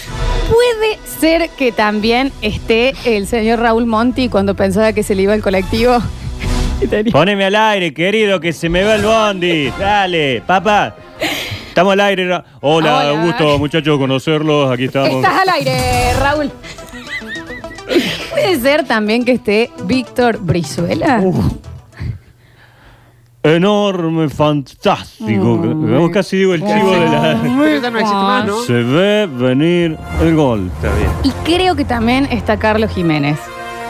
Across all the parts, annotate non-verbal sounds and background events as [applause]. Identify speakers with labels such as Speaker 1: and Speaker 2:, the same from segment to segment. Speaker 1: Puede ser que también esté el señor Raúl Monti cuando pensaba que se le iba el colectivo. [laughs] Y tenía-
Speaker 2: Poneme al aire, querido, que se me va el bondi. Dale, papá. Estamos al aire. Ra- Hola,
Speaker 1: Hola.
Speaker 3: un gusto, muchachos, conocerlos. Aquí estamos.
Speaker 1: Estás al aire, Raúl. Puede ser también que esté Víctor Brizuela.
Speaker 3: Enorme, fantástico. Como casi digo el chivo de la.
Speaker 4: Ya no existe más, ¿no?
Speaker 3: Se ve venir el gol.
Speaker 4: Está bien.
Speaker 1: Y creo que también está Carlos Jiménez.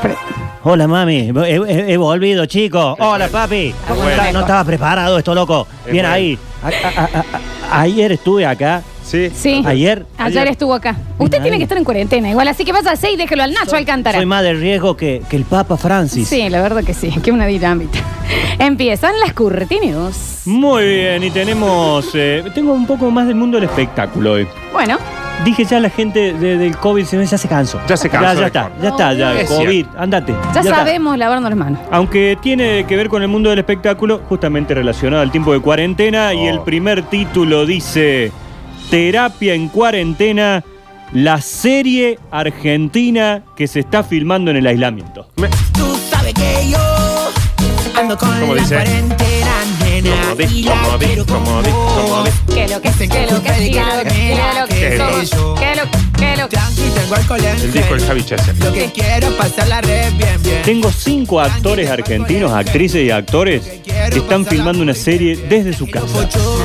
Speaker 1: Pre-
Speaker 2: Hola, mami. He, he- he volvido, chicos. Hola, papi.
Speaker 1: Ah, bueno.
Speaker 2: No estaba preparado esto, loco.
Speaker 4: Es
Speaker 2: Bien
Speaker 4: bueno.
Speaker 2: ahí. A- a- a- a- ayer estuve acá.
Speaker 4: Sí.
Speaker 1: Sí.
Speaker 2: Ayer.
Speaker 1: Ayer, estuvo acá. Usted
Speaker 2: Bien,
Speaker 1: tiene
Speaker 2: ahí.
Speaker 1: que estar en cuarentena igual, así que váyase y déjelo al Nacho Alcántara.
Speaker 2: Soy más de riesgo que, que el Papa Francis.
Speaker 1: Sí, la verdad que sí, que una dinámica. [laughs] Empiezan las curtinios.
Speaker 3: Muy bien, y tenemos. eh, tengo un poco más del mundo del espectáculo hoy.
Speaker 1: Bueno,
Speaker 2: Dije ya la gente de- del COVID, si no, ya se cansó.
Speaker 4: Ya se cansó
Speaker 2: Ya,
Speaker 4: del
Speaker 2: ya está,
Speaker 4: COVID.
Speaker 2: ya está, ya.
Speaker 4: Es
Speaker 2: COVID, andate.
Speaker 1: ya,
Speaker 2: está.
Speaker 1: sabemos lavarnos las manos.
Speaker 3: Aunque tiene que ver con el mundo del espectáculo, justamente relacionado al tiempo de cuarentena, y
Speaker 4: Oh.
Speaker 3: el primer título dice: Terapia en cuarentena, la serie argentina que se está filmando en el aislamiento.
Speaker 5: Tú sabes que yo ando con
Speaker 4: ¿Cómo
Speaker 5: la
Speaker 4: dice?
Speaker 5: cuarentena, nena.
Speaker 4: Como di,
Speaker 5: y la
Speaker 4: como di,
Speaker 5: quiero
Speaker 4: como di,
Speaker 5: vos.
Speaker 4: como di.
Speaker 1: Que lo que que lo que que lo que que lo que somos, que lo que lo que
Speaker 5: Tranqui, tengo alcohol en
Speaker 4: El disco de
Speaker 5: gel.
Speaker 4: Javi Chesser.
Speaker 5: Lo que quiero es pasar la red bien, bien.
Speaker 3: Tengo cinco actores argentinos, actrices y actores que están filmando una serie desde su casa.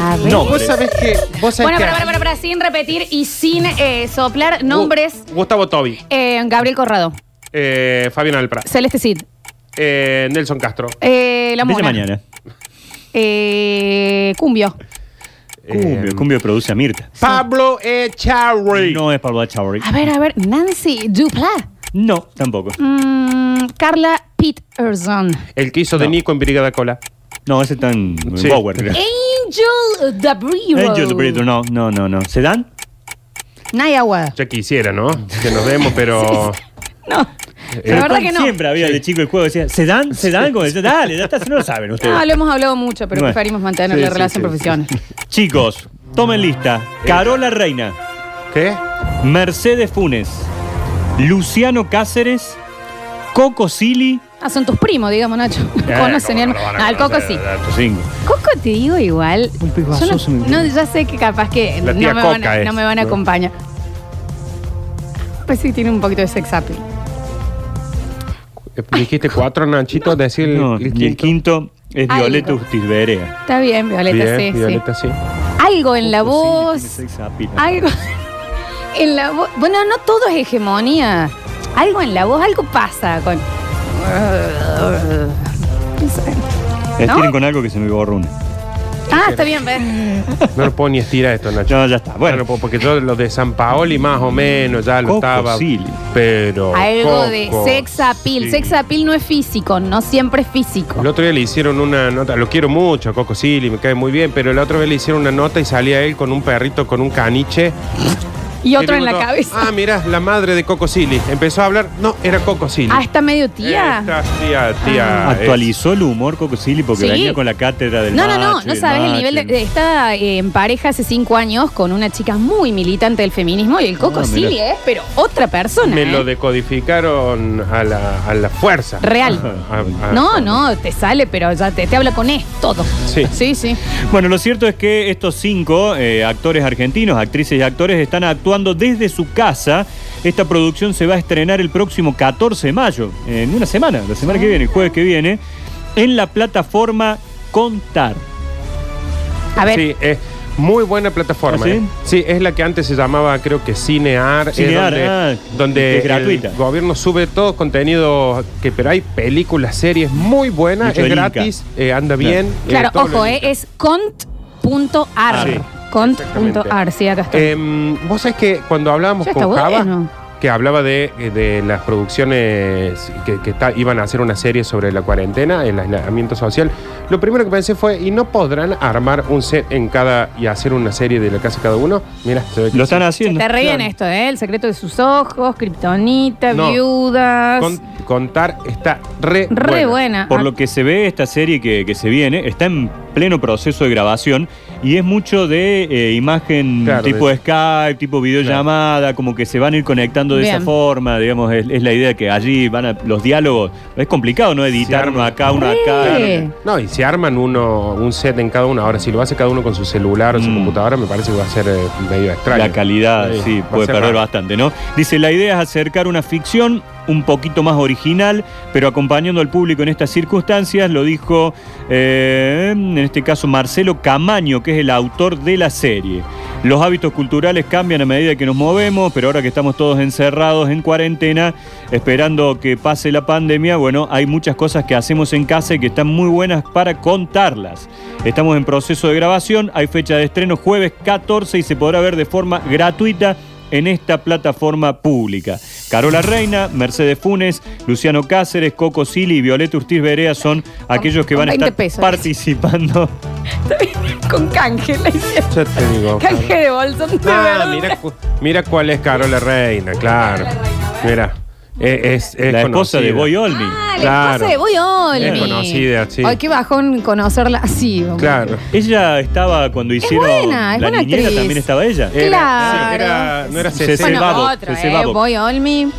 Speaker 1: A ver.
Speaker 3: No,
Speaker 4: Vos sabés que. Vos sabés
Speaker 1: Bueno,
Speaker 4: que
Speaker 1: para, para, para, para, sin repetir y sin eh, soplar
Speaker 4: Gu-
Speaker 1: nombres.
Speaker 4: Gustavo Tobi.
Speaker 1: eh, Gabriel Corrado,
Speaker 4: Eh, Fabián Alpra.
Speaker 1: Celeste Cid,
Speaker 4: Eh, Nelson Castro.
Speaker 1: eh, La
Speaker 3: Bella
Speaker 1: Mona,
Speaker 3: mañana.
Speaker 1: eh, Cumbio,
Speaker 3: Cumbio,
Speaker 4: Eh,
Speaker 3: cumbio produce a Mirta.
Speaker 4: Pablo Echarri.
Speaker 3: No es Pablo Chauri.
Speaker 1: a ver, a ver, Nancy Dupla,
Speaker 3: No, tampoco.
Speaker 1: Mm, Carla Peterson,
Speaker 4: El que hizo de
Speaker 3: No.
Speaker 4: Nico en Brigada Cola.
Speaker 3: No, ese está en en
Speaker 4: Sí.
Speaker 3: Bower. creo.
Speaker 1: Angel Dabrero,
Speaker 3: Angel the Breather, no, no, no, no. ¿Se dan?
Speaker 1: Naya Wada.
Speaker 4: Ya quisiera, ¿no? Que nos vemos, pero.
Speaker 1: No,
Speaker 3: Eh,
Speaker 1: la verdad que no.
Speaker 2: Siempre había de chico el juego, decía, ¿se dan? ¿Se dan? Como decía, dale, ya está, si no lo saben ustedes.
Speaker 1: No, lo hemos hablado mucho, pero
Speaker 3: Bueno.
Speaker 1: preferimos mantener
Speaker 3: Sí,
Speaker 1: la
Speaker 3: sí,
Speaker 1: relación
Speaker 3: sí.
Speaker 1: profesional.
Speaker 3: Chicos, tomen lista. Carola Reina,
Speaker 4: ¿Qué?
Speaker 3: Mercedes Funes, Luciano Cáceres, Coco Silly.
Speaker 1: Ah, son tus primos, digamos, Nacho.
Speaker 3: Eh,
Speaker 1: [laughs] Conocen
Speaker 4: no,
Speaker 1: el...
Speaker 4: no, no, no,
Speaker 1: Ah, el
Speaker 4: no,
Speaker 1: Coco
Speaker 4: no,
Speaker 1: sí.
Speaker 4: no,
Speaker 3: Estos cinco.
Speaker 1: Coco te digo igual.
Speaker 2: Un pico
Speaker 1: Yo no-
Speaker 2: gasoso, mi
Speaker 1: no, ya sé que capaz que
Speaker 4: La
Speaker 1: no
Speaker 4: tía
Speaker 1: me, van
Speaker 4: Coca
Speaker 1: a,
Speaker 4: es.
Speaker 1: no me van a acompañar. Pues sí, tiene un poquito de sex appeal.
Speaker 4: Eh, Dijiste cuatro, Nachito. Decir
Speaker 3: No,
Speaker 4: el, el
Speaker 3: y el
Speaker 4: quinto.
Speaker 3: quinto es
Speaker 1: Ay,
Speaker 3: Violeta
Speaker 1: hijo.
Speaker 3: Ustilberea.
Speaker 1: Está bien, Violeta,
Speaker 4: Bien,
Speaker 1: sí,
Speaker 4: Violeta, sí.
Speaker 1: sí. Algo en la
Speaker 3: Coco
Speaker 1: voz,
Speaker 3: Silly tiene sex appeal.
Speaker 1: algo [laughs] en la voz. Bueno, no todo es hegemonía. Algo en la voz, algo pasa con... Ah, No sé.
Speaker 3: Estiren
Speaker 1: ¿no?
Speaker 3: con algo que se me borra una.
Speaker 1: Ah, está bien, ¿ves?
Speaker 4: No lo puedo ni estirar esto, Nacho.
Speaker 2: [laughs]
Speaker 3: No, ya está.
Speaker 4: Bueno,
Speaker 3: Bueno,
Speaker 4: po- porque yo lo de San Paoli más o menos ya lo
Speaker 3: Coco
Speaker 4: estaba.
Speaker 3: Silly.
Speaker 4: Pero.
Speaker 1: Algo de
Speaker 4: Coco
Speaker 1: sex appeal.
Speaker 4: Silly.
Speaker 1: Sex appeal no es físico, no siempre es físico.
Speaker 4: El otro día le hicieron una nota, lo quiero mucho a Coco Silly, me cae muy bien, pero la otra vez le hicieron una nota y salía él con un perrito con un caniche
Speaker 1: Y otro
Speaker 4: digo,
Speaker 1: en la
Speaker 4: no,
Speaker 1: cabeza.
Speaker 4: Ah, mirá, la madre de Coco Silly. Empezó a hablar. No, era Coco Silly.
Speaker 1: Ah, está medio tía. Ah.
Speaker 4: Esta tía, tía. es-
Speaker 2: Actualizó el humor Coco Silly porque
Speaker 1: Sí.
Speaker 2: venía con la cátedra del
Speaker 1: No, no, no,
Speaker 2: macho
Speaker 1: no
Speaker 2: y
Speaker 1: sabes el nivel de. de- Está eh, en pareja hace cinco años con una chica muy militante del feminismo y el Coco
Speaker 2: Ah, mira.
Speaker 1: Silly es, pero otra persona.
Speaker 4: Me
Speaker 1: ¿eh?
Speaker 4: lo decodificaron a la, a la fuerza.
Speaker 1: Real.
Speaker 4: A- a-
Speaker 1: No, no, te sale, pero ya te, te habla con es todo.
Speaker 4: Ah, Sí.
Speaker 1: Sí, sí.
Speaker 2: Bueno, lo cierto es que estos cinco eh, actores argentinos, actrices y actores, están actuando desde su casa. Esta producción se va a estrenar el próximo 14 de mayo, en una semana, la semana
Speaker 1: Ah.
Speaker 2: que viene, el jueves que viene, en la plataforma Contar.
Speaker 1: A ver,
Speaker 4: Sí, eh, es muy buena plataforma.
Speaker 2: ¿Ah, sí?
Speaker 4: ¿eh? sí? es la que antes se llamaba, creo que Cinear. es
Speaker 2: Cinear,
Speaker 4: donde,
Speaker 2: ah,
Speaker 4: donde
Speaker 2: que es gratuita.
Speaker 4: el gobierno sube todo contenido, que, pero hay películas, series muy buenas,
Speaker 2: Mucho
Speaker 4: es
Speaker 2: del
Speaker 4: gratis, eh, anda
Speaker 2: Claro.
Speaker 4: bien. eh,
Speaker 1: claro,
Speaker 4: todo lo
Speaker 1: ojo,
Speaker 4: del
Speaker 1: eh,
Speaker 4: Inca.
Speaker 1: es cont.ar.
Speaker 2: Ah, sí,
Speaker 1: Cont.ar, sí, acá está.
Speaker 4: Em, Vos sabés que cuando hablábamos
Speaker 1: Ya
Speaker 4: con
Speaker 1: está
Speaker 4: Java,
Speaker 1: bueno.
Speaker 4: que hablaba de, eh, de las producciones que, que está- iban a hacer una serie sobre la cuarentena, el aislamiento social, lo primero que pensé fue, ¿y no podrán armar un set en cada y hacer una serie de la casa de cada uno? Mira, se ve que
Speaker 2: Lo
Speaker 4: sí.
Speaker 2: están
Speaker 1: Se
Speaker 2: haciendo.
Speaker 1: te re bien
Speaker 4: Claro.
Speaker 1: esto, ¿eh? El secreto de sus ojos, Kryptonita,
Speaker 4: No.
Speaker 1: viudas.
Speaker 4: Con- contar está re,
Speaker 1: re
Speaker 4: buena.
Speaker 1: buena.
Speaker 2: Por lo que se ve, esta serie que, que se viene está en pleno proceso de grabación y es mucho de eh, imagen
Speaker 4: Claro,
Speaker 2: tipo
Speaker 4: de-
Speaker 2: Skype, tipo videollamada, como que se van a ir conectando de esa
Speaker 1: Bien.
Speaker 2: forma, digamos, es, es la idea que allí van a, los diálogos. Es complicado, ¿no? Editar
Speaker 4: Se
Speaker 2: uno
Speaker 4: arma.
Speaker 2: acá, uno
Speaker 1: Sí.
Speaker 2: acá.
Speaker 4: No, y se arman uno, un set en cada uno. Ahora, si lo hace cada uno con su celular o su
Speaker 2: Mm.
Speaker 4: computadora, me parece que va a ser eh, medio extraño.
Speaker 2: La calidad,
Speaker 4: Sí,
Speaker 2: sí,
Speaker 4: va a
Speaker 2: puede
Speaker 4: ser
Speaker 2: perder
Speaker 4: raro.
Speaker 2: bastante, ¿no? Dice, la idea es acercar una ficción un poquito más original, pero acompañando al público en estas circunstancias, lo dijo, eh, en este caso, Marcelo Camaño, que es el autor de la serie. Los hábitos culturales cambian a medida que nos movemos, pero ahora que estamos todos encerrados en cuarentena, esperando que pase la pandemia, bueno, hay muchas cosas que hacemos en casa y que están muy buenas para contarlas. Estamos en proceso de grabación, hay fecha de estreno jueves 14 y se podrá ver de forma gratuita en esta plataforma pública. Carola Reina, Mercedes Funes, Luciano Cáceres, Coco Sili y Violeta Urtiz Berea son aquellos que van a
Speaker 1: 20
Speaker 2: estar
Speaker 1: pesos.
Speaker 2: participando.
Speaker 1: Con canje, la hicieron.
Speaker 4: Ya te
Speaker 1: [laughs]
Speaker 4: digo.
Speaker 1: Canje de bolsón de
Speaker 4: Ah,
Speaker 1: verdura.
Speaker 4: mira, cu- mira cuál es Carola Reina, claro. Mira, eh, es, es
Speaker 2: La esposa de
Speaker 4: conocida.
Speaker 2: Boy Olmi.
Speaker 1: Ah, la
Speaker 4: Claro.
Speaker 1: esposa de Boy Olmi.
Speaker 4: Es conocida, sí.
Speaker 1: Ay, qué bajón conocerla así. hombre.
Speaker 4: Claro.
Speaker 2: Ella estaba cuando hicieron
Speaker 1: buena, es
Speaker 2: la
Speaker 1: buena
Speaker 2: niñera,
Speaker 1: actriz. Eh,
Speaker 2: también estaba ella.
Speaker 4: Era-
Speaker 1: Claro.
Speaker 4: era- no era
Speaker 2: Se-
Speaker 4: Cece
Speaker 1: Bueno,
Speaker 2: Babo,
Speaker 1: otro,
Speaker 2: Cece
Speaker 1: eh,
Speaker 2: Babo.
Speaker 1: Boy Olmi,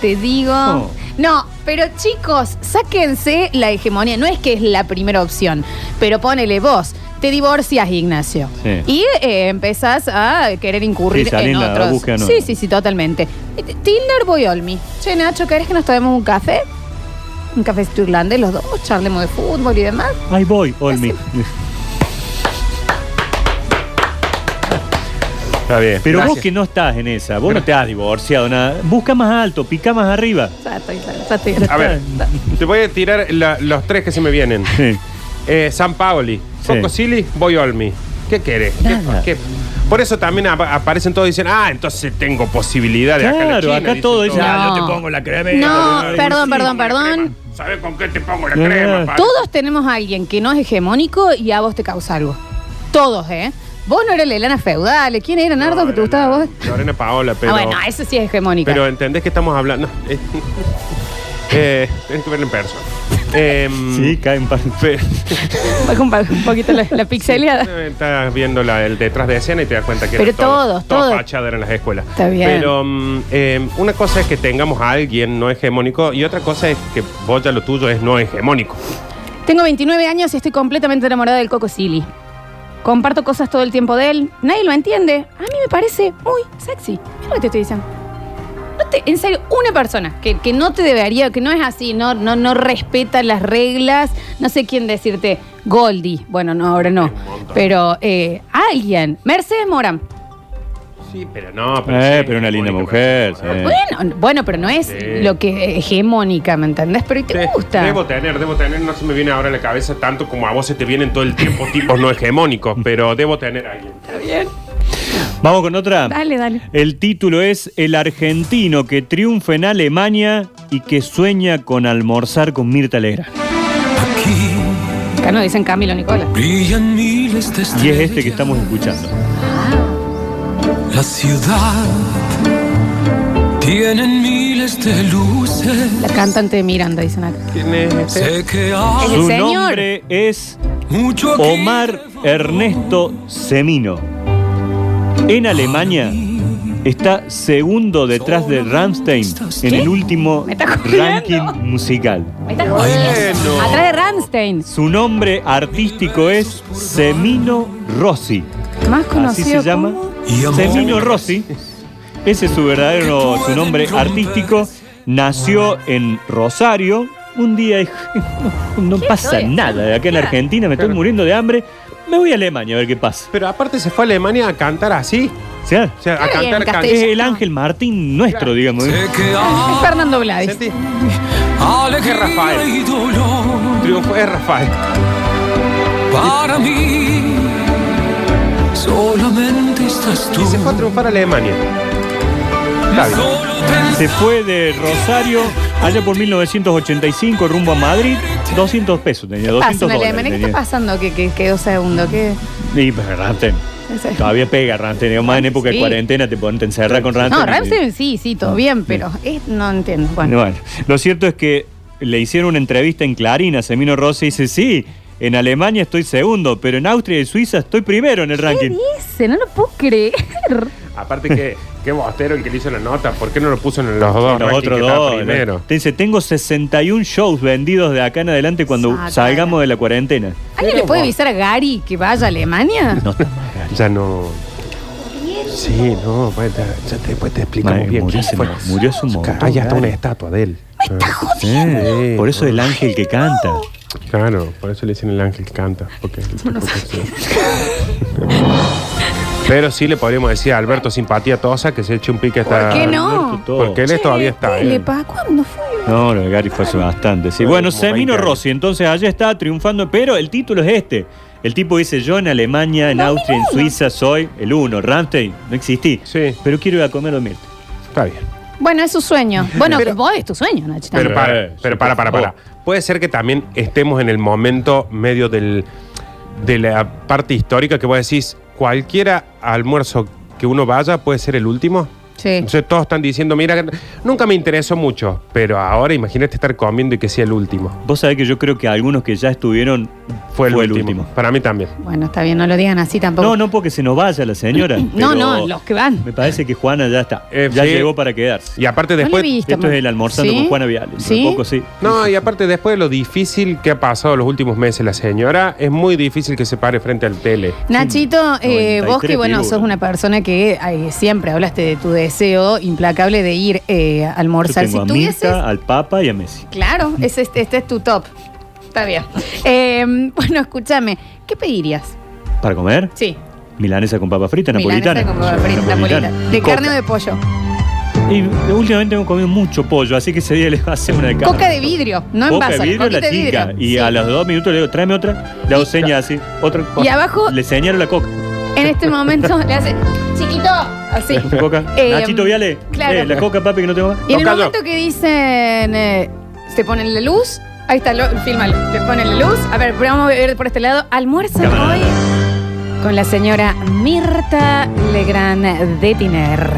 Speaker 1: te digo.
Speaker 2: No.
Speaker 1: No, pero chicos, sáquense la hegemonía. No es que es la primera opción, pero ponele vos. Te divorcias, Ignacio.
Speaker 2: Sí.
Speaker 1: Y eh, empezás a querer incurrir
Speaker 2: Sí,
Speaker 1: en
Speaker 2: salí en la
Speaker 1: otros.
Speaker 2: búsqueda, ¿no?
Speaker 1: Sí, sí, sí, totalmente. Eh, Tinder Boy Olmi. Che, Nacho, ¿querés que nos tomemos un café? Un café irlandés, los dos, charlemos de fútbol y demás.
Speaker 2: Ay, Boy Olmi.
Speaker 4: Está bien.
Speaker 2: Pero
Speaker 4: Gracias.
Speaker 2: vos que no estás en esa, vos no te has divorciado, nada. Busca más alto, pica más arriba.
Speaker 1: Ya estoy, ya estoy.
Speaker 4: A ver, te voy a tirar la- los tres que se me vienen. Eh, San Paoli, Coco Silly, Boy Olmi. ¿Qué querés? ¿Qué-
Speaker 2: Nada.
Speaker 4: qué- Por eso también ap- aparecen todos y dicen, ah, entonces tengo posibilidades. acá en la
Speaker 2: Claro,
Speaker 4: China",
Speaker 2: acá
Speaker 4: dicen
Speaker 2: todo
Speaker 4: todos.
Speaker 2: dice, "Ah,
Speaker 1: No.
Speaker 2: yo te pongo la crema.
Speaker 1: No,
Speaker 2: Ay,
Speaker 1: perdón,
Speaker 2: sí,
Speaker 1: perdón,
Speaker 2: la crema".
Speaker 1: perdón.
Speaker 4: ¿Sabes con qué te pongo la
Speaker 2: Ah.
Speaker 4: crema? pa-?"
Speaker 1: Todos tenemos a alguien que no es hegemónico y a vos te causa algo. Todos, ¿eh? Vos no eras la Elena feudal. ¿Quién era, Nardo,
Speaker 4: No,
Speaker 1: que te
Speaker 4: era
Speaker 1: gustaba a vos?
Speaker 4: la- Lorena Paola, pero.
Speaker 1: ah, bueno, eso sí es hegemónica.
Speaker 4: Pero entendés que estamos hablando. [laughs] Eh, eh, tenés que verlo en persona. Em,
Speaker 2: Sí, caen par.
Speaker 4: pe-
Speaker 1: Baja un, pa- un poquito la,
Speaker 4: [laughs]
Speaker 1: la pixeleada.
Speaker 4: Estás viendo la- el detrás de escena y te das cuenta que
Speaker 1: Pero
Speaker 4: era todo,
Speaker 1: todos, todos.
Speaker 4: fachada eran las escuelas.
Speaker 1: Está bien.
Speaker 4: Pero mm, eh, una cosa es que tengamos a alguien no hegemónico y otra cosa es que vos ya lo tuyo es no hegemónico.
Speaker 1: Tengo 29 años y estoy completamente enamorada del Coco Silly. Comparto cosas todo el tiempo de él. Nadie lo entiende. A mí me parece muy sexy. Es lo que te estoy diciendo. No te- en serio, una persona que, que no te debería, que no es así, no, no, no respeta las reglas, no sé quién decirte, Goldie. Bueno, no, ahora no. Pero eh, alguien, Mercedes Morán.
Speaker 4: Sí, pero no.
Speaker 2: Eh,
Speaker 4: sí,
Speaker 2: pero una linda
Speaker 4: hegemónica,
Speaker 2: mujer,
Speaker 4: pero-
Speaker 2: sí.
Speaker 1: Bueno, bueno, pero no es
Speaker 4: Sí.
Speaker 1: lo que hegemónica, ¿me entendés? Pero ¿y te
Speaker 4: De-
Speaker 1: gusta?
Speaker 4: Debo tener, debo tener, no se me viene ahora a la cabeza tanto como a vos se te vienen todo
Speaker 1: [laughs]
Speaker 4: el tiempo tipos no hegemónicos, pero debo tener a alguien.
Speaker 1: Está bien.
Speaker 2: Vamos con otra.
Speaker 1: Dale, dale.
Speaker 2: El título es El argentino que triunfa en Alemania y que sueña con almorzar con Mirta Legrand.
Speaker 6: Aquí
Speaker 1: Acá no dicen Camilo Nicola.
Speaker 2: este
Speaker 6: brillan miles de
Speaker 2: Y es este que estamos escuchando.
Speaker 6: La
Speaker 7: La ciudad tienen miles de luces.
Speaker 1: La cantante de Miranda, dicen acá.
Speaker 4: ¿Quién es este?
Speaker 7: Sé que hay
Speaker 1: Es el
Speaker 2: Su
Speaker 1: señor.
Speaker 2: nombre es
Speaker 7: mucho aquí
Speaker 2: Omar Ernesto Semino. En Alemania está segundo detrás de Rammstein en el último
Speaker 1: ¿Me estás jodiendo?
Speaker 2: ranking musical.
Speaker 1: Ahí está. Atrás de Ramstein.
Speaker 2: Su nombre artístico es Semino Rossi.
Speaker 1: Más
Speaker 2: Así
Speaker 1: conocido.
Speaker 2: se llama.
Speaker 1: como-
Speaker 7: y amor.
Speaker 2: Semino Rossi. Ese es su verdadero su nombre artístico. Nació en Rosario. Un día dijo, no, no pasa
Speaker 1: soy?
Speaker 2: nada. De acá en la Argentina me estoy
Speaker 4: Claro.
Speaker 2: muriendo de hambre. Me voy a Alemania a ver qué pasa.
Speaker 4: Pero aparte se fue a Alemania a cantar así.
Speaker 2: O sea,
Speaker 4: O sea, a
Speaker 1: Está bien,
Speaker 4: cantar
Speaker 1: Castell-
Speaker 2: es
Speaker 4: canciones.
Speaker 2: el Ángel Martín nuestro, digamos. ¿eh?
Speaker 7: Sé que
Speaker 6: Ah.
Speaker 1: Es
Speaker 7: hay
Speaker 1: Fernando Gladys.
Speaker 4: Sentí,
Speaker 7: alegría
Speaker 4: Rafael.
Speaker 7: y dolor.
Speaker 4: triunfo es Rafael.
Speaker 7: Para mí solamente estás tú.
Speaker 4: Y se fue a triunfar a Alemania. Está bien.
Speaker 7: Solo pensar
Speaker 2: Se fue de Rosario allá por 1985 rumbo a Madrid. 200 pesos tenía,
Speaker 1: ¿Qué pasa
Speaker 2: 200
Speaker 1: en
Speaker 2: dólares.
Speaker 1: Alemania? ¿Qué está
Speaker 2: tenía.
Speaker 1: pasando que que quedó segundo? ¿Qué?
Speaker 2: Y pues, Rammstein. Todavía pega Rammstein. Más en época
Speaker 1: Sí.
Speaker 2: de cuarentena te ponen te encerrar con Rammstein.
Speaker 1: No, Ramstein sí, sí, todo bien, pero es- no entiendo. Bueno.
Speaker 2: Bueno, lo cierto es que le hicieron una entrevista en Clarín a Semino Rosa y dice, sí, en Alemania estoy segundo, pero en Austria y Suiza estoy primero en el
Speaker 1: ¿Qué
Speaker 2: ranking.
Speaker 1: dice? No lo puedo creer.
Speaker 4: Aparte que, qué bostero el que le hizo la nota. ¿Por qué no lo puso en los dos?
Speaker 2: Los
Speaker 4: rankings
Speaker 2: otros
Speaker 4: que estaba
Speaker 2: dos. eh,
Speaker 4: Primero.
Speaker 2: Te dice, tengo 61 shows vendidos de acá en adelante cuando
Speaker 1: Sacana.
Speaker 2: salgamos de la cuarentena.
Speaker 1: ¿Alguien le puede avisar a Gary que vaya a Alemania?
Speaker 2: No,
Speaker 4: Ya no. Sí, no, bueno, ya, ya te- después te explicamos
Speaker 2: Madre,
Speaker 4: bien.
Speaker 2: murió
Speaker 4: quién
Speaker 2: hace-
Speaker 4: fue.
Speaker 2: murió hace un montón,
Speaker 4: Hay hasta
Speaker 2: dale.
Speaker 4: una estatua de él. Ah,
Speaker 2: Eh,
Speaker 4: Sí,
Speaker 2: Por eso el ángel que canta.
Speaker 4: Claro, por eso le dicen el ángel que canta. Porque, porque sí. [laughs] Pero sí le podríamos decir a Alberto Simpatía Tosa que se eche un pique hasta.
Speaker 1: ¿Por qué no?
Speaker 4: Porque él
Speaker 1: Che,
Speaker 4: todavía está.
Speaker 1: ¿qué le
Speaker 4: ¿eh?
Speaker 1: pasa? ¿Cuándo fue?
Speaker 2: No, lo de Gary fue hace bastante. Sí.
Speaker 4: Fue
Speaker 2: Bueno,
Speaker 4: como 20
Speaker 2: Semino
Speaker 4: años.
Speaker 2: Rossi, entonces allá está triunfando, pero el título es este. El tipo dice, yo en Alemania, en Austria, en Suiza soy el uno. Ramstein, no existí.
Speaker 4: Sí.
Speaker 2: Pero quiero ir a comer los mirta.
Speaker 4: Está bien.
Speaker 1: Bueno, es su sueño. Bueno,
Speaker 4: Pero-
Speaker 1: vos es tu sueño, Nacho.
Speaker 4: Pero
Speaker 2: Eh,
Speaker 4: para,
Speaker 2: sí,
Speaker 4: pero
Speaker 2: por
Speaker 4: para, para, para.
Speaker 2: favor.
Speaker 4: Puede ser que también estemos en el momento medio del, de la parte histórica que vos decís, cualquiera almuerzo que uno vaya puede ser el último.
Speaker 1: Sí.
Speaker 4: Entonces todos están diciendo, mira, nunca me interesó mucho, pero ahora imagínate estar comiendo y que sea el último.
Speaker 2: Vos sabés que yo creo que algunos que ya estuvieron
Speaker 4: Fue el, último. Para mí también.
Speaker 1: Bueno, está bien, no lo digan así tampoco.
Speaker 2: No, no porque se nos vaya la señora.
Speaker 1: [clears throat] No,
Speaker 2: pero
Speaker 1: no, los que van.
Speaker 2: Me parece que Juana ya está.
Speaker 4: Eh,
Speaker 2: ya
Speaker 4: sí.
Speaker 2: llegó para quedarse.
Speaker 4: Y aparte
Speaker 1: No lo
Speaker 4: después...
Speaker 1: vi. Está
Speaker 2: Esto
Speaker 1: mal.
Speaker 2: es el almorzando
Speaker 1: ¿Sí?
Speaker 2: con Juana Vial.
Speaker 1: ¿Sí?
Speaker 2: Un poco sí.
Speaker 4: No, y aparte después de lo difícil que ha pasado los últimos meses la señora, es muy difícil que se pare frente al tele.
Speaker 1: Nachito, eh,
Speaker 2: 93
Speaker 1: vos que bueno, sos
Speaker 2: figuras.
Speaker 1: una persona que ay, siempre hablaste de tu deseo implacable de ir eh, a
Speaker 2: Yo
Speaker 1: almorzar.
Speaker 2: tengo a
Speaker 1: si tuvieses.
Speaker 2: Mirta, al Papa y a Messi.
Speaker 1: Claro, es este, este es tu top. Está bien. Eh, [laughs] bueno, escúchame, ¿qué pedirías?
Speaker 2: ¿Para comer?
Speaker 1: Sí,
Speaker 2: Milanesa con papa frita,
Speaker 1: milanesa
Speaker 2: napolitana.
Speaker 1: con papa frita, napolitana. ¿De
Speaker 2: Coca.
Speaker 1: carne o de pollo?
Speaker 2: Y últimamente hemos comido mucho pollo, así que ese día les va a hacer una de cada.
Speaker 1: Coca de vidrio, no en
Speaker 2: Coca
Speaker 1: vaso.
Speaker 2: de vidrio la
Speaker 1: coquita de
Speaker 2: chica.
Speaker 1: vidrio.
Speaker 2: Y
Speaker 1: Sí.
Speaker 2: a los dos minutos le digo, tráeme otra. Le hago señas así. Otra cosa.
Speaker 1: abajo-
Speaker 2: Le señalo la coca.
Speaker 1: En este momento le hace chiquito, así.
Speaker 2: [laughs] coca.
Speaker 1: Eh,
Speaker 2: Nachito Viale.
Speaker 1: claro.
Speaker 2: eh, la coca, papi, que no tengo más.
Speaker 1: Y en el
Speaker 4: Tocayo.
Speaker 1: momento que dicen, eh, se ponen la luz, ahí está, lo, fílmalo, le ponen la luz. A ver, vamos a ver por este lado. Almuerzan
Speaker 2: Cámara.
Speaker 1: hoy con la señora Mirta Legrand de Tiner.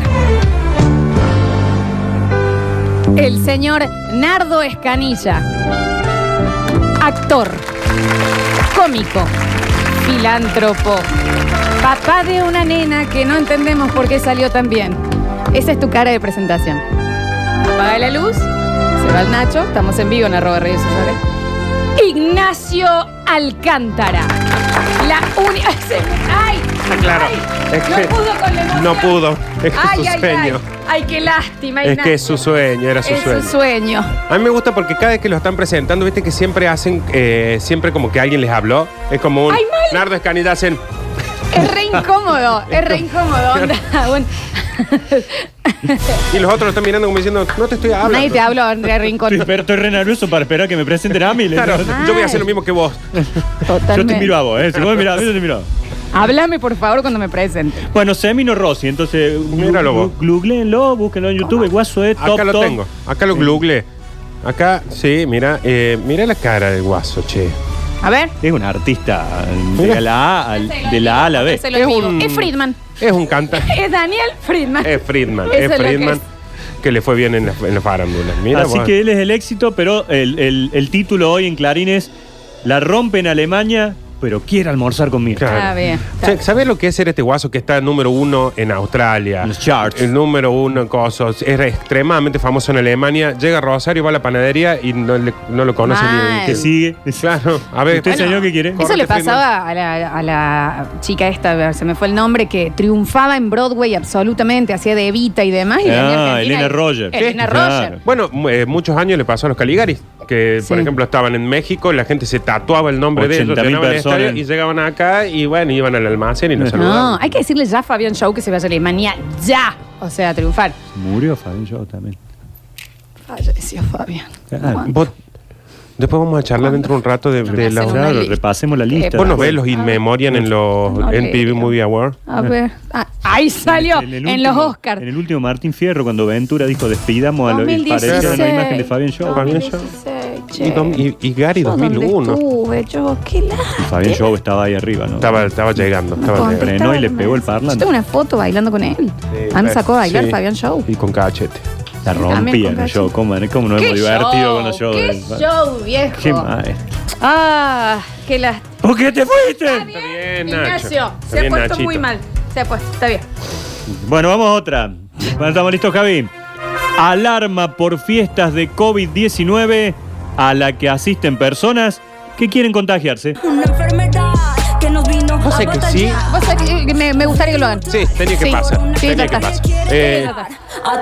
Speaker 1: El señor Nardo Escanilla, actor, cómico, filántropo, papá de una nena que no entendemos por qué salió tan bien. Esa es tu cara de presentación. Apaga la luz, se va el Nacho, estamos en vivo en arroba redes sociales. Ignacio Alcántara. La única. [laughs] ¡Ay!
Speaker 4: Ah, claro.
Speaker 1: ay,
Speaker 4: Es
Speaker 1: no
Speaker 4: que-
Speaker 1: pudo con la emoción.
Speaker 4: No pudo. Es que
Speaker 1: ay,
Speaker 4: es su
Speaker 1: ay,
Speaker 4: sueño.
Speaker 1: ay. Ay, qué lástima,
Speaker 4: Es
Speaker 1: Ignacio.
Speaker 4: que es su sueño, era su
Speaker 1: Es
Speaker 4: sueño.
Speaker 1: su sueño.
Speaker 4: A mí me gusta porque cada vez que lo están presentando, viste que siempre hacen, eh, siempre como que alguien les habló. Es como un
Speaker 1: Ay, mal.
Speaker 4: Nardo Escanilla hacen.
Speaker 1: Es re incómodo, es
Speaker 4: [laughs]
Speaker 1: re incómodo. onda. [laughs] Bueno,
Speaker 4: Y los otros lo están mirando como diciendo, no te estoy hablando.
Speaker 1: nadie te habló, Andrea
Speaker 2: Estoy,
Speaker 1: Rincón.
Speaker 2: pero estoy re nervioso para esperar que me presenten a mí. le
Speaker 4: Claro,
Speaker 1: Ah,
Speaker 2: digo.
Speaker 4: yo voy a hacer lo mismo que vos.
Speaker 2: Yo te
Speaker 1: Totalmente.
Speaker 2: miro a vos, ¿eh? Si vos me mirás, a mí, yo te miro. a vos.
Speaker 1: Háblame, por favor, cuando me presente.
Speaker 2: Bueno, Semino Rossi, entonces. glu-
Speaker 4: Míralo vos.
Speaker 2: glu- Googleenlo, búsquenlo en YouTube. El guaso es top,
Speaker 4: Acá lo
Speaker 2: top.
Speaker 4: tengo, acá lo google. Acá, sí, mira, eh, mira la cara del guaso, che.
Speaker 1: A ver.
Speaker 2: Es un artista
Speaker 4: Mira.
Speaker 2: de la A, al- de la, a, a la B.
Speaker 1: Se lo digo.
Speaker 4: un-
Speaker 1: Es Friedman.
Speaker 4: Es
Speaker 1: [laughs]
Speaker 4: un cantante.
Speaker 1: Es Daniel Friedman.
Speaker 2: Eh,
Speaker 4: Es Friedman.
Speaker 1: Eso es
Speaker 4: es
Speaker 1: lo que
Speaker 4: Friedman.
Speaker 1: es.
Speaker 4: Que le fue bien en las en las farándulas. Mira,
Speaker 2: Así
Speaker 4: vos.
Speaker 2: que él es el éxito, pero el, el- el título hoy en Clarín es La rompe en Alemania, pero quiere almorzar conmigo.
Speaker 4: Claro.
Speaker 1: Ah, bien.
Speaker 4: Sa- ¿Sabés lo que es ser este guaso que está número uno en Australia?
Speaker 2: En los charts.
Speaker 4: El número uno en cosas. Es extremadamente famoso en Alemania. Llega a Rosario, va a la panadería y no, le- no lo conoce
Speaker 1: Mal.
Speaker 4: ni
Speaker 2: Que sigue.
Speaker 4: Claro, a ver.
Speaker 2: ¿Usted,
Speaker 4: Bueno,
Speaker 2: señor, qué quiere?
Speaker 1: Eso
Speaker 4: Corte
Speaker 1: le pasaba a la, a la chica esta, a ver, se me fue el nombre, que triunfaba en Broadway absolutamente, hacía de Evita y demás. y venía a
Speaker 2: Ah,
Speaker 1: Argentina
Speaker 2: Elena
Speaker 1: y-
Speaker 2: Roger.
Speaker 1: Elena
Speaker 2: Sí,
Speaker 1: Roger.
Speaker 2: claro.
Speaker 4: Bueno, mu- eh, muchos años le pasó a los Caligaris, que por
Speaker 1: Sí.
Speaker 4: ejemplo estaban en México, la gente se tatuaba el nombre de ellos,
Speaker 2: 80.000
Speaker 4: llenaban el
Speaker 2: personas.
Speaker 4: estadio y llegaban acá y bueno, iban al almacén y los saludaban.
Speaker 1: No, hay que decirle ya a Fabián Show que se vaya a Alemania ya. O sea, a triunfar.
Speaker 2: Murió Fabián Show también.
Speaker 1: Falleció Ah, Fabián.
Speaker 2: Claro.
Speaker 4: Vos- después vamos a charlar dentro de un rato de, de la...
Speaker 1: hacen una
Speaker 2: Claro,
Speaker 1: lista. Eh,
Speaker 2: repasemos la
Speaker 1: Qué
Speaker 2: lista.
Speaker 4: Vos no ves
Speaker 2: Bueno,
Speaker 4: los Inmemorian en los
Speaker 1: No leí.
Speaker 4: NPV Movie Awards.
Speaker 1: A ver. Ah, ahí salió en,
Speaker 2: el
Speaker 1: los
Speaker 2: último-
Speaker 1: Oscars.
Speaker 2: En el último Martín Fierro, cuando Ventura dijo despidamos a los que
Speaker 1: 2016.
Speaker 2: parecieron una imagen de Fabián Show.
Speaker 4: Fabián Show. Y, dom- y- y Gary 2001.
Speaker 1: Tuve yo, qué lástima.
Speaker 2: Fabián Show estaba ahí arriba, ¿no?
Speaker 4: Estaba, estaba llegando, estaba
Speaker 1: Contestaba
Speaker 4: llegando.
Speaker 2: frenó y le
Speaker 1: nomás.
Speaker 2: pegó el
Speaker 1: Yo
Speaker 2: parlante.
Speaker 1: tengo una foto bailando con él. A mí me sacó a bailar
Speaker 4: eh, Sí.
Speaker 1: Fabián Show.
Speaker 4: Y con cachete.
Speaker 2: La
Speaker 1: También
Speaker 2: rompía
Speaker 1: con
Speaker 2: en el show.
Speaker 1: Gachín.
Speaker 2: ¿Cómo, cómo nos hemos divertido con los shows?
Speaker 1: ¡Qué
Speaker 2: del-
Speaker 1: show, viejo!
Speaker 2: Qué maestro.
Speaker 1: ¡Ah! ¡Qué lástima!
Speaker 2: ¿Por qué te
Speaker 1: Está
Speaker 2: fuiste?
Speaker 1: bien,
Speaker 4: bien, Nacho.
Speaker 1: Ignacio.
Speaker 4: Está
Speaker 1: Se ha
Speaker 4: bien,
Speaker 1: puesto
Speaker 4: Nachito.
Speaker 1: muy mal. Se ha puesto. Está bien.
Speaker 2: Bueno, vamos a otra. Bueno, estamos listos, Javi. Alarma por fiestas de COVID-19 a la que asisten personas que quieren contagiarse.
Speaker 8: Una enfermedad que nos vino
Speaker 4: Vos sabés que sí.
Speaker 1: Vos sabés que, eh, me, me gustaría que lo hagan.
Speaker 4: Sí, tenía que
Speaker 1: Sí.
Speaker 4: pasar.
Speaker 1: Sí, ya
Speaker 4: tenía que
Speaker 1: está.
Speaker 4: pasar.
Speaker 1: Sí,
Speaker 4: Eh,
Speaker 1: ya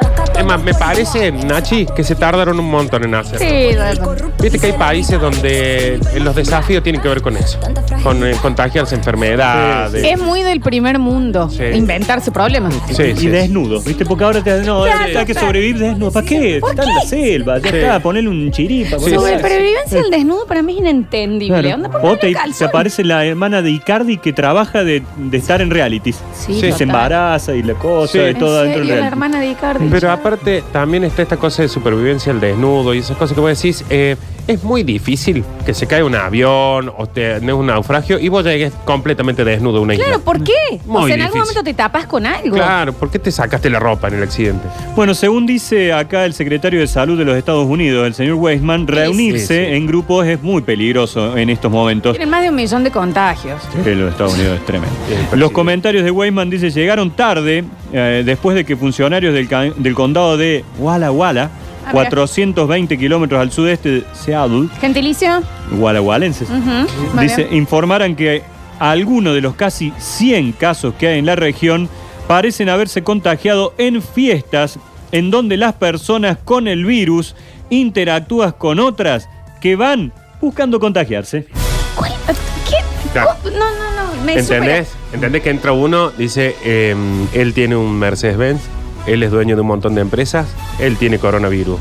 Speaker 1: está.
Speaker 4: es más, me parece, Nachi, que se tardaron un montón en hacer.
Speaker 1: Sí, ya está.
Speaker 4: Viste que hay países donde eh, los desafíos tienen que ver con eso. Con eh, contagiarse enfermedades.
Speaker 1: Es muy del primer mundo
Speaker 4: Sí.
Speaker 1: inventarse problemas.
Speaker 4: Sí,
Speaker 2: y
Speaker 4: sí.
Speaker 2: desnudos, ¿viste? Porque ahora te no,
Speaker 1: Claro,
Speaker 2: ahora hay que
Speaker 1: claro.
Speaker 2: sobrevivir desnudo. ¿Para qué?
Speaker 1: ¿Por
Speaker 2: Está en
Speaker 1: qué?
Speaker 2: la selva, ya
Speaker 4: Sí.
Speaker 2: está, ponle un chiripa.
Speaker 4: Sí,
Speaker 2: ponele-
Speaker 1: Sobre
Speaker 4: sí.
Speaker 1: supervivencia del desnudo para mí es inentendible.
Speaker 2: Claro.
Speaker 1: Onda, ponle
Speaker 2: O te,
Speaker 1: un calzón.
Speaker 2: te aparece la hermana de Icardi que trabaja de, de estar en realities.
Speaker 1: Sí,
Speaker 2: Que se
Speaker 1: total.
Speaker 2: embaraza y la cosa,
Speaker 4: Sí.
Speaker 2: y
Speaker 1: En
Speaker 2: todo
Speaker 1: serio,
Speaker 2: dentro del
Speaker 1: la
Speaker 2: reality.
Speaker 1: hermana de Icardi.
Speaker 4: Pero aparte, también está esta cosa de supervivencia al desnudo y esas cosas que vos decís. eh, es muy difícil que se caiga un avión o tenés un naufragio y vos llegues completamente desnudo a una isla.
Speaker 1: Claro, ¿por qué? o
Speaker 4: Muy
Speaker 1: sea, en algún
Speaker 4: difícil.
Speaker 1: momento te tapas con algo.
Speaker 4: Claro, ¿por qué te sacaste la ropa en el accidente?
Speaker 2: Bueno, según dice acá el secretario de Salud de los Estados Unidos, el señor Weisman, reunirse
Speaker 4: Sí, sí.
Speaker 2: en grupos es muy peligroso en estos momentos.
Speaker 1: Tienen más de un millón de contagios.
Speaker 2: Que los Estados Unidos es tremendo.
Speaker 4: impresionante.
Speaker 2: Los comentarios de Weisman dice llegaron tarde eh, después de que funcionarios del, ca- del condado de Walla Walla,
Speaker 1: Ah, mira.
Speaker 2: 420 kilómetros al sudeste de Seattle,
Speaker 1: Gentilicio.
Speaker 2: Walla Wallenses,
Speaker 1: Ujú, vale.
Speaker 2: Dice, informaran que algunos de los casi 100 casos que hay en la región parecen haberse contagiado en fiestas en donde las personas con el virus interactúan con otras que van buscando contagiarse.
Speaker 1: ¿Cuál? ¿Qué?
Speaker 4: Claro.
Speaker 1: ¿Cómo? No, no, no. Me
Speaker 4: ¿Entendés? ¿Entendés que entra uno, dice, eh, él tiene un Mercedes-Benz, él es dueño de un montón de empresas, él tiene coronavirus.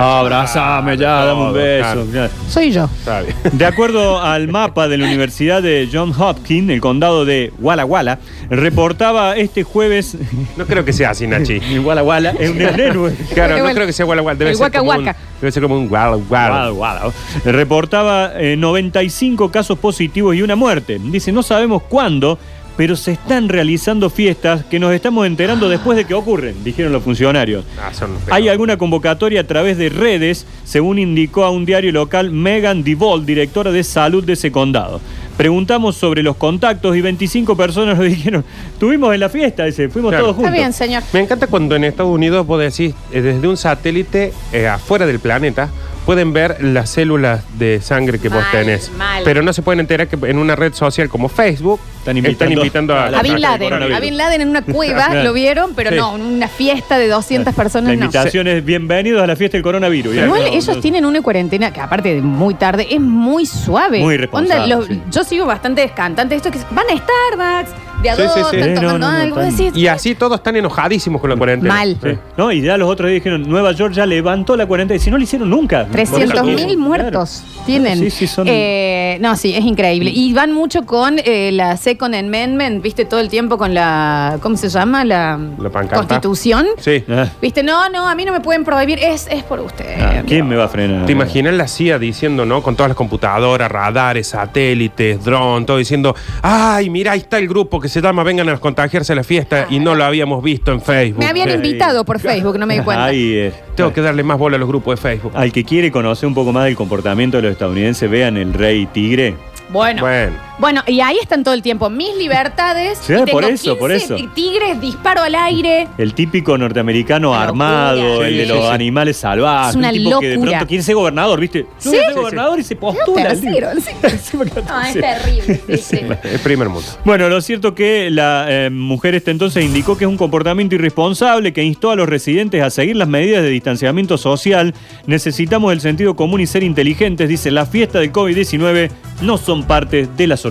Speaker 2: Abrazame ya, dame un beso.
Speaker 4: claro.
Speaker 1: supera. Soy yo.
Speaker 4: Está bien.
Speaker 2: De acuerdo al mapa de la Universidad de John Hopkins, el condado de Walla Walla reportaba este jueves [laughs]
Speaker 4: No creo que sea así, Nachi.
Speaker 2: en Walla Walla es un héroe.
Speaker 4: Claro,
Speaker 1: El
Speaker 4: no
Speaker 1: gual-
Speaker 4: creo que sea guala guala. Debe
Speaker 1: el
Speaker 4: ser
Speaker 1: guaca
Speaker 4: como un-
Speaker 1: guaca.
Speaker 4: Debe ser como un guala guala.
Speaker 2: Guau, guau. Reportaba eh, 95 casos positivos y una muerte. Dice, no sabemos cuándo, pero se están realizando fiestas que nos estamos enterando después de que ocurren, dijeron los funcionarios.
Speaker 4: Ah, son los
Speaker 2: Hay
Speaker 4: peores.
Speaker 2: alguna convocatoria a través de redes, según indicó a un diario local Megan Divoll, directora de salud de ese condado. Preguntamos sobre los contactos y 25 personas nos [laughs] dijeron, estuvimos en la fiesta, dice, fuimos
Speaker 4: Claro.
Speaker 2: todos
Speaker 1: Está
Speaker 2: juntos.
Speaker 1: bien, señor.
Speaker 4: Me encanta cuando en Estados Unidos vos decís, eh, desde un satélite eh, afuera del planeta, pueden ver las células de sangre que vos
Speaker 1: Mal,
Speaker 4: tenés.
Speaker 1: mal.
Speaker 4: Pero no se pueden enterar que en una red social como Facebook
Speaker 2: Están invitando-
Speaker 4: a...
Speaker 2: A
Speaker 1: A Bin
Speaker 2: la-
Speaker 1: Laden.
Speaker 2: coronavirus.
Speaker 1: A Bin Laden en
Speaker 2: [laughs]
Speaker 1: una cueva,
Speaker 2: Claro.
Speaker 1: lo vieron, pero
Speaker 4: Sí.
Speaker 1: no, en una fiesta de 200
Speaker 2: La
Speaker 1: personas no.
Speaker 2: invitación es bienvenidos a la fiesta del coronavirus.
Speaker 1: Igual
Speaker 2: No,
Speaker 1: ellos
Speaker 2: no-
Speaker 1: tienen una cuarentena que aparte de muy tarde es muy suave.
Speaker 2: Muy responsable,
Speaker 1: Onda, los-
Speaker 2: sí.
Speaker 1: Yo sigo bastantes cantantes de estos que van a Starbucks, de a
Speaker 4: Sí,
Speaker 1: dos,
Speaker 4: sí, sí.
Speaker 1: están
Speaker 2: Eh, no,
Speaker 1: tomando
Speaker 2: no, no,
Speaker 1: algo.
Speaker 2: están-
Speaker 1: decís,
Speaker 4: Y así todos están enojadísimos con la cuarentena.
Speaker 1: Mal.
Speaker 2: Sí. No, y ya los otros días dijeron, Nueva York ya levantó la cuarentena. Y si no lo hicieron nunca.
Speaker 1: 300.000
Speaker 2: Claro.
Speaker 1: muertos tienen.
Speaker 2: Sí, sí, son-
Speaker 1: Eh, no, sí, es increíble. Y van mucho con eh, la Second Amendment, viste, todo el tiempo con la. ¿Cómo se llama? La,
Speaker 4: La pancarta.
Speaker 1: Constitución.
Speaker 4: Sí.
Speaker 2: Ah,
Speaker 1: Viste, no, no, a mí no me pueden prohibir, es, es por usted.
Speaker 2: ah, ¿Quién me va a frenar?
Speaker 4: ¿Te imaginas la CIA diciendo, no? Con todas las computadoras, radares, satélites, dron, todo diciendo, ay, mira, ahí está el grupo que se llama Vengan a contagiarse a la fiesta y no lo habíamos visto en Facebook.
Speaker 1: Me habían
Speaker 4: Eh,
Speaker 1: invitado
Speaker 2: [laughs]
Speaker 1: por Facebook, no me di cuenta.
Speaker 2: Ahí es.
Speaker 4: Tengo que darle más bola a los grupos de Facebook.
Speaker 2: eh, Al que quiere conocer un poco más del comportamiento de los estadounidenses, vean el rey tigre.
Speaker 1: Bueno. bueno.
Speaker 4: Bueno,
Speaker 1: y ahí están todo el tiempo mis libertades.
Speaker 2: Sí,
Speaker 1: y
Speaker 2: por eso, por eso.
Speaker 1: Tigres, disparo al aire.
Speaker 2: El típico norteamericano
Speaker 1: Una
Speaker 2: armado,
Speaker 1: locura.
Speaker 2: el de
Speaker 1: Sí,
Speaker 2: los
Speaker 1: sí, sí.
Speaker 2: animales salvajes.
Speaker 1: Es una
Speaker 2: un tipo que de
Speaker 1: locura.
Speaker 2: pronto quiere ser gobernador, ¿viste? Yo voy a
Speaker 1: Sí,
Speaker 2: ser
Speaker 1: sí,
Speaker 2: gobernador y se postula. el tipo.
Speaker 1: Tercero,
Speaker 2: [laughs]
Speaker 1: sí. No, es terrible. sí, sí.
Speaker 4: el primer mundo.
Speaker 2: Bueno, lo cierto que la eh, mujer esta entonces indicó que es un comportamiento irresponsable que instó a los residentes a seguir las medidas de distanciamiento social. Necesitamos el sentido común y ser inteligentes, dice. La fiesta del COVID-19 no son parte de la solución.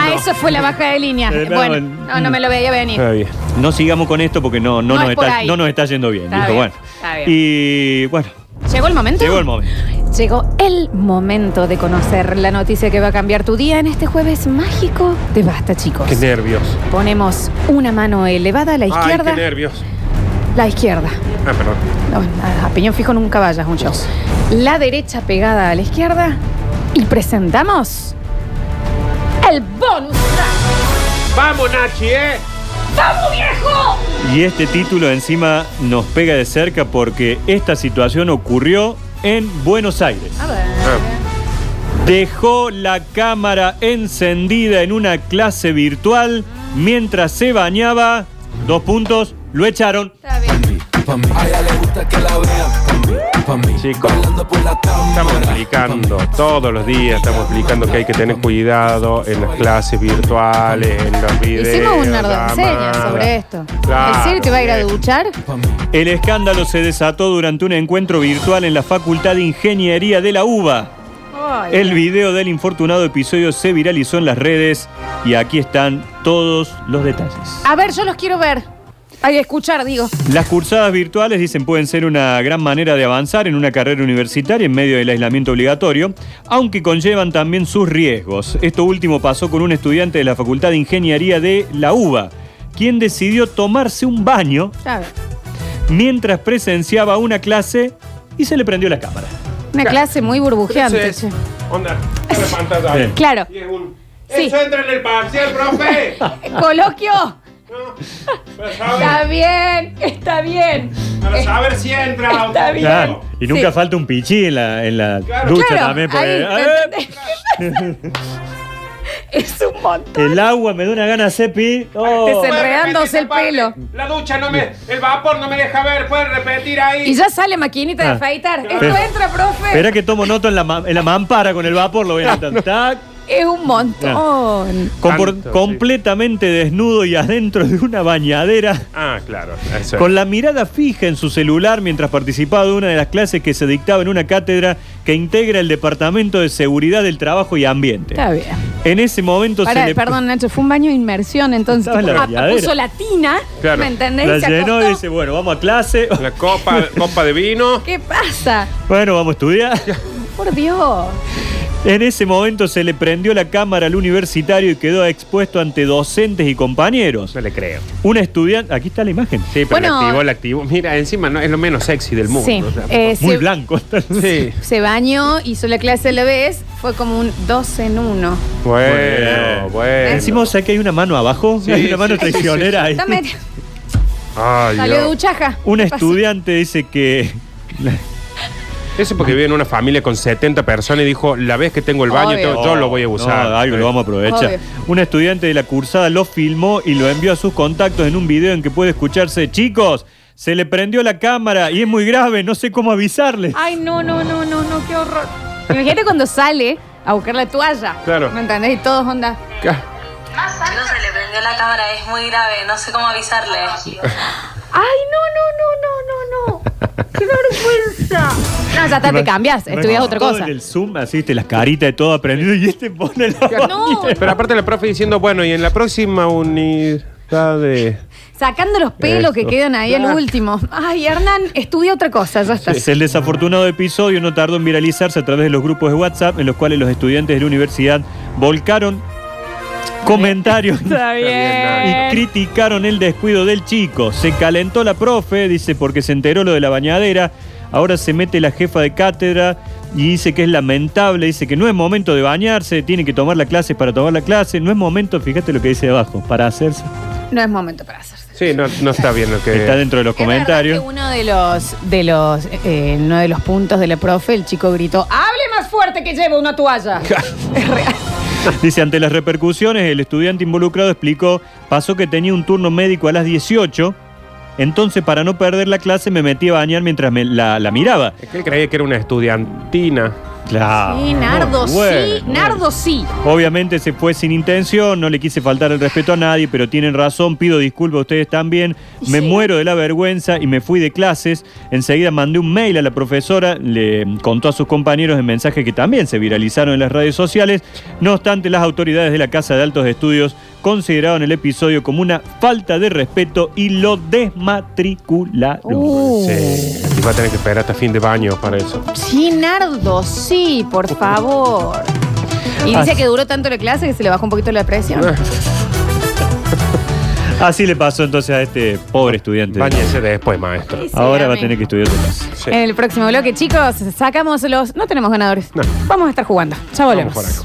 Speaker 1: Ah, eso fue la baja de línea.
Speaker 2: Eh, no,
Speaker 1: bueno,
Speaker 2: el-
Speaker 1: no, no me lo veía venir.
Speaker 4: Está bien.
Speaker 2: No sigamos con esto porque no, no
Speaker 1: No
Speaker 2: nos,
Speaker 1: es por
Speaker 2: está,
Speaker 1: ahí.
Speaker 2: no nos está yendo bien.
Speaker 1: Está
Speaker 2: dijo,
Speaker 1: bien,
Speaker 2: bueno.
Speaker 1: está bien.
Speaker 2: Y bueno,
Speaker 1: ¿Llegó el momento?
Speaker 2: llegó el momento.
Speaker 1: Llegó el momento de conocer la noticia que va a cambiar tu día en este jueves mágico de Basta, chicos.
Speaker 4: Qué nervios.
Speaker 1: Ponemos una mano elevada a la
Speaker 4: Ay, qué
Speaker 1: izquierda.
Speaker 4: nervios.
Speaker 1: la izquierda.
Speaker 4: Ah, perdón.
Speaker 1: No, a a piñón fijo nunca vayas, un show. La derecha pegada a la izquierda. Y presentamos el bonus. track.
Speaker 4: Vamos, Nachi, ¿eh?
Speaker 1: ¡Vamos, viejo!
Speaker 2: Y este título encima nos pega de cerca porque esta situación ocurrió en Buenos Aires.
Speaker 1: A ver.
Speaker 4: Ah,
Speaker 2: Dejó la cámara encendida en una clase virtual mientras se bañaba. Dos puntos, lo echaron.
Speaker 1: Está bien.
Speaker 4: chicos, estamos explicando todos los días, estamos explicando que hay que tener cuidado en las clases virtuales, en los videos.
Speaker 1: Hicimos un nerdo
Speaker 4: llamadas.
Speaker 1: enseña sobre esto.
Speaker 4: Claro,
Speaker 1: ¿En serio te va a ir a
Speaker 4: bien.
Speaker 1: duchar?
Speaker 2: El escándalo se desató durante un encuentro virtual en la Facultad de Ingeniería de la UBA.
Speaker 1: Ay,
Speaker 2: El video del infortunado episodio se viralizó en las redes y aquí están todos los detalles.
Speaker 1: A ver, yo los quiero ver. Ay, escuchar, digo.
Speaker 2: Las cursadas virtuales, dicen, pueden ser una gran manera de avanzar en una carrera universitaria en medio del aislamiento obligatorio, aunque conllevan también sus riesgos. Esto último pasó con un estudiante de la Facultad de Ingeniería de la UBA, quien decidió tomarse un baño
Speaker 1: A ver,
Speaker 2: mientras presenciaba una clase y se le prendió la cámara.
Speaker 1: una clase muy burbujeante.
Speaker 4: Entonces,
Speaker 1: che.
Speaker 4: Onda, la pantalla.
Speaker 2: Bien.
Speaker 1: Claro.
Speaker 4: Y es un.
Speaker 1: Sí.
Speaker 4: ¡Eso entra en el
Speaker 1: [laughs]
Speaker 4: parcial, profe!
Speaker 1: Eh, Coloquio.
Speaker 4: No, para
Speaker 1: Está
Speaker 4: saber,
Speaker 1: bien, está bien.
Speaker 4: para saber si entra. o
Speaker 1: Está
Speaker 4: no.
Speaker 1: bien. Claro.
Speaker 2: Y nunca
Speaker 1: Sí.
Speaker 2: falta un pichí en la, en la
Speaker 4: Claro.
Speaker 2: ducha
Speaker 1: Claro,
Speaker 2: también. porque,
Speaker 1: ahí,
Speaker 2: ¡eh!
Speaker 1: ¿entendés? [laughs] es un montón.
Speaker 2: el agua me da una gana, Cepi. Oh.
Speaker 1: Te
Speaker 4: Puede
Speaker 1: Enredándose
Speaker 4: repetir esa
Speaker 1: el
Speaker 4: parte. La ducha no me. El vapor no me deja ver. Pueden repetir ahí.
Speaker 1: Y ya sale maquinita de
Speaker 2: Ah.
Speaker 1: afeitar. Esto
Speaker 2: Espera.
Speaker 1: entra, profe.
Speaker 2: Espera que tomo nota en la, ma- en la mampara con el vapor, lo voy a notar. Tac.
Speaker 1: Es un montón.
Speaker 2: Compor-
Speaker 4: Tanto, sí.
Speaker 2: completamente desnudo y adentro de una bañadera.
Speaker 4: Ah, claro. Eso.
Speaker 2: Con la mirada fija en su celular mientras participaba de una de las clases que se dictaba en una cátedra que integra el Departamento de Seguridad del Trabajo y Ambiente.
Speaker 1: Está bien.
Speaker 2: En ese momento
Speaker 1: Pará,
Speaker 2: se le
Speaker 1: perdón, Nacho, fue un baño de inmersión, entonces
Speaker 2: Estaba en la
Speaker 1: tipo, ah,
Speaker 2: bañadera.
Speaker 1: puso la tina,
Speaker 4: Claro.
Speaker 1: ¿me entendés?
Speaker 2: la
Speaker 1: Y se
Speaker 2: llenó
Speaker 1: acostó.
Speaker 2: y dice, bueno, vamos a clase.
Speaker 4: La
Speaker 1: [laughs]
Speaker 4: copa, copa de vino.
Speaker 1: ¿Qué pasa?
Speaker 2: [laughs] Bueno, vamos a
Speaker 4: [laughs]
Speaker 2: estudiar.
Speaker 1: Por Dios.
Speaker 2: En ese momento se le prendió la cámara al universitario y quedó expuesto ante docentes y compañeros.
Speaker 4: No le creo.
Speaker 2: Una estudiante, aquí está la imagen.
Speaker 4: Sí, pero
Speaker 1: Bueno.
Speaker 4: la activó, la activó. Mira, encima no, es lo menos sexy del mundo.
Speaker 1: Sí.
Speaker 4: o sea.
Speaker 1: eh,
Speaker 2: Muy
Speaker 1: se,
Speaker 2: blanco. [laughs]
Speaker 4: Sí.
Speaker 1: se bañó, hizo la clase de la vez, fue como un dos en uno. eh,
Speaker 4: Bueno, bueno.
Speaker 2: Encima, o sea que hay una mano abajo,
Speaker 4: Sí,
Speaker 2: hay una mano
Speaker 4: sí, sí,
Speaker 2: traicionera ahí.
Speaker 1: Está meti-
Speaker 4: Ay,
Speaker 1: Salió
Speaker 4: Dios.
Speaker 1: de duchaja.
Speaker 2: Una
Speaker 1: ¿Qué pasa?
Speaker 2: estudiante dice que
Speaker 4: Eso porque vive en una familia con 70 personas y dijo, la vez que tengo el baño,
Speaker 1: Obvio.
Speaker 4: tengo- yo lo voy a usar.
Speaker 2: Oh,
Speaker 4: eh.
Speaker 2: No, algo lo vamos a aprovechar.
Speaker 1: Obvio.
Speaker 2: Un estudiante de la cursada lo filmó y lo envió a sus contactos en un video en que puede escucharse, chicos, se le prendió la cámara y es muy grave, no sé cómo avisarle.
Speaker 1: Ay, no, no, no, no, no, qué horror. Imagínate cuando sale a buscar la toalla.
Speaker 4: Claro.
Speaker 1: ¿Me entendés? Y todos onda.
Speaker 4: Ca-
Speaker 9: No se le prendió la cámara, es muy grave, no sé cómo avisarle.
Speaker 1: Ay, no, no, no, no, no, no. ¡Qué vergüenza! No, ya está, te cambias, estudias otra
Speaker 2: Todo
Speaker 1: cosa.
Speaker 2: En el Zoom, así, te las caritas de todo aprendido y este pone la
Speaker 1: No,
Speaker 4: Pero aparte la profe diciendo, bueno, y en la próxima unidad de...
Speaker 1: sacando los pelos que
Speaker 4: Eso.
Speaker 1: quedan ahí al
Speaker 4: Ah.
Speaker 1: último. Ay, Hernán, estudia otra cosa, ya está.
Speaker 2: Es el desafortunado episodio no tardó en viralizarse a través de los grupos de WhatsApp en los cuales los estudiantes de la universidad volcaron
Speaker 1: [laughs]
Speaker 2: comentarios
Speaker 1: Está
Speaker 4: bien.
Speaker 2: y criticaron el descuido del chico. Se calentó la profe, dice, porque se enteró lo de la bañadera. Ahora se mete la jefa de cátedra y dice que es lamentable, dice que no es momento de bañarse, tiene que tomar la clase para tomar la clase, no es momento, fíjate lo que dice abajo, para hacerse.
Speaker 1: No es momento para hacerse.
Speaker 4: Sí, no, no está bien lo que...
Speaker 2: Está dentro de los
Speaker 1: Es verdad
Speaker 2: comentarios.
Speaker 1: que uno de los, de los, eh, uno de los puntos de la profe, el chico gritó, hable más fuerte que llevo una toalla. es real.
Speaker 2: Dice, ante las repercusiones, el estudiante involucrado explicó, pasó que tenía un turno médico a las 18, entonces para no perder la clase me metí a bañar mientras me la, la miraba.
Speaker 4: Es que él creía que era una estudiantina.
Speaker 2: Claro.
Speaker 1: Sí, Nardo,
Speaker 2: Ah, muy
Speaker 1: sí,
Speaker 2: bueno, muy
Speaker 1: Nardo, sí.
Speaker 2: bueno. Obviamente se fue sin intención, no le quise faltar el respeto a nadie, pero tienen razón, pido disculpas a ustedes también,
Speaker 1: Y
Speaker 2: me
Speaker 1: sí.
Speaker 2: muero de la vergüenza y me fui de clases, enseguida mandé un mail a la profesora, le contó a sus compañeros en mensajes que también se viralizaron en las redes sociales, no obstante las autoridades de la Casa de Altos Estudios consideraron el episodio como una falta de respeto y lo desmatricularon.
Speaker 1: Uh,
Speaker 4: Sí. Y va a tener que esperar hasta fin de baño para eso.
Speaker 1: sí, Nardo, sí, por favor. Y dice
Speaker 2: Ah.
Speaker 1: que duró tanto la clase que se le bajó un poquito la presión.
Speaker 2: Así le pasó entonces a este pobre estudiante.
Speaker 4: Báñese después, maestro.
Speaker 1: Sí,
Speaker 2: Ahora va a
Speaker 1: amigo.
Speaker 2: tener que estudiar otra clase.
Speaker 4: Sí.
Speaker 1: En el próximo bloque, chicos, sacamos los. No tenemos ganadores.
Speaker 4: No.
Speaker 1: Vamos a estar jugando. Ya volvemos.
Speaker 4: por acá.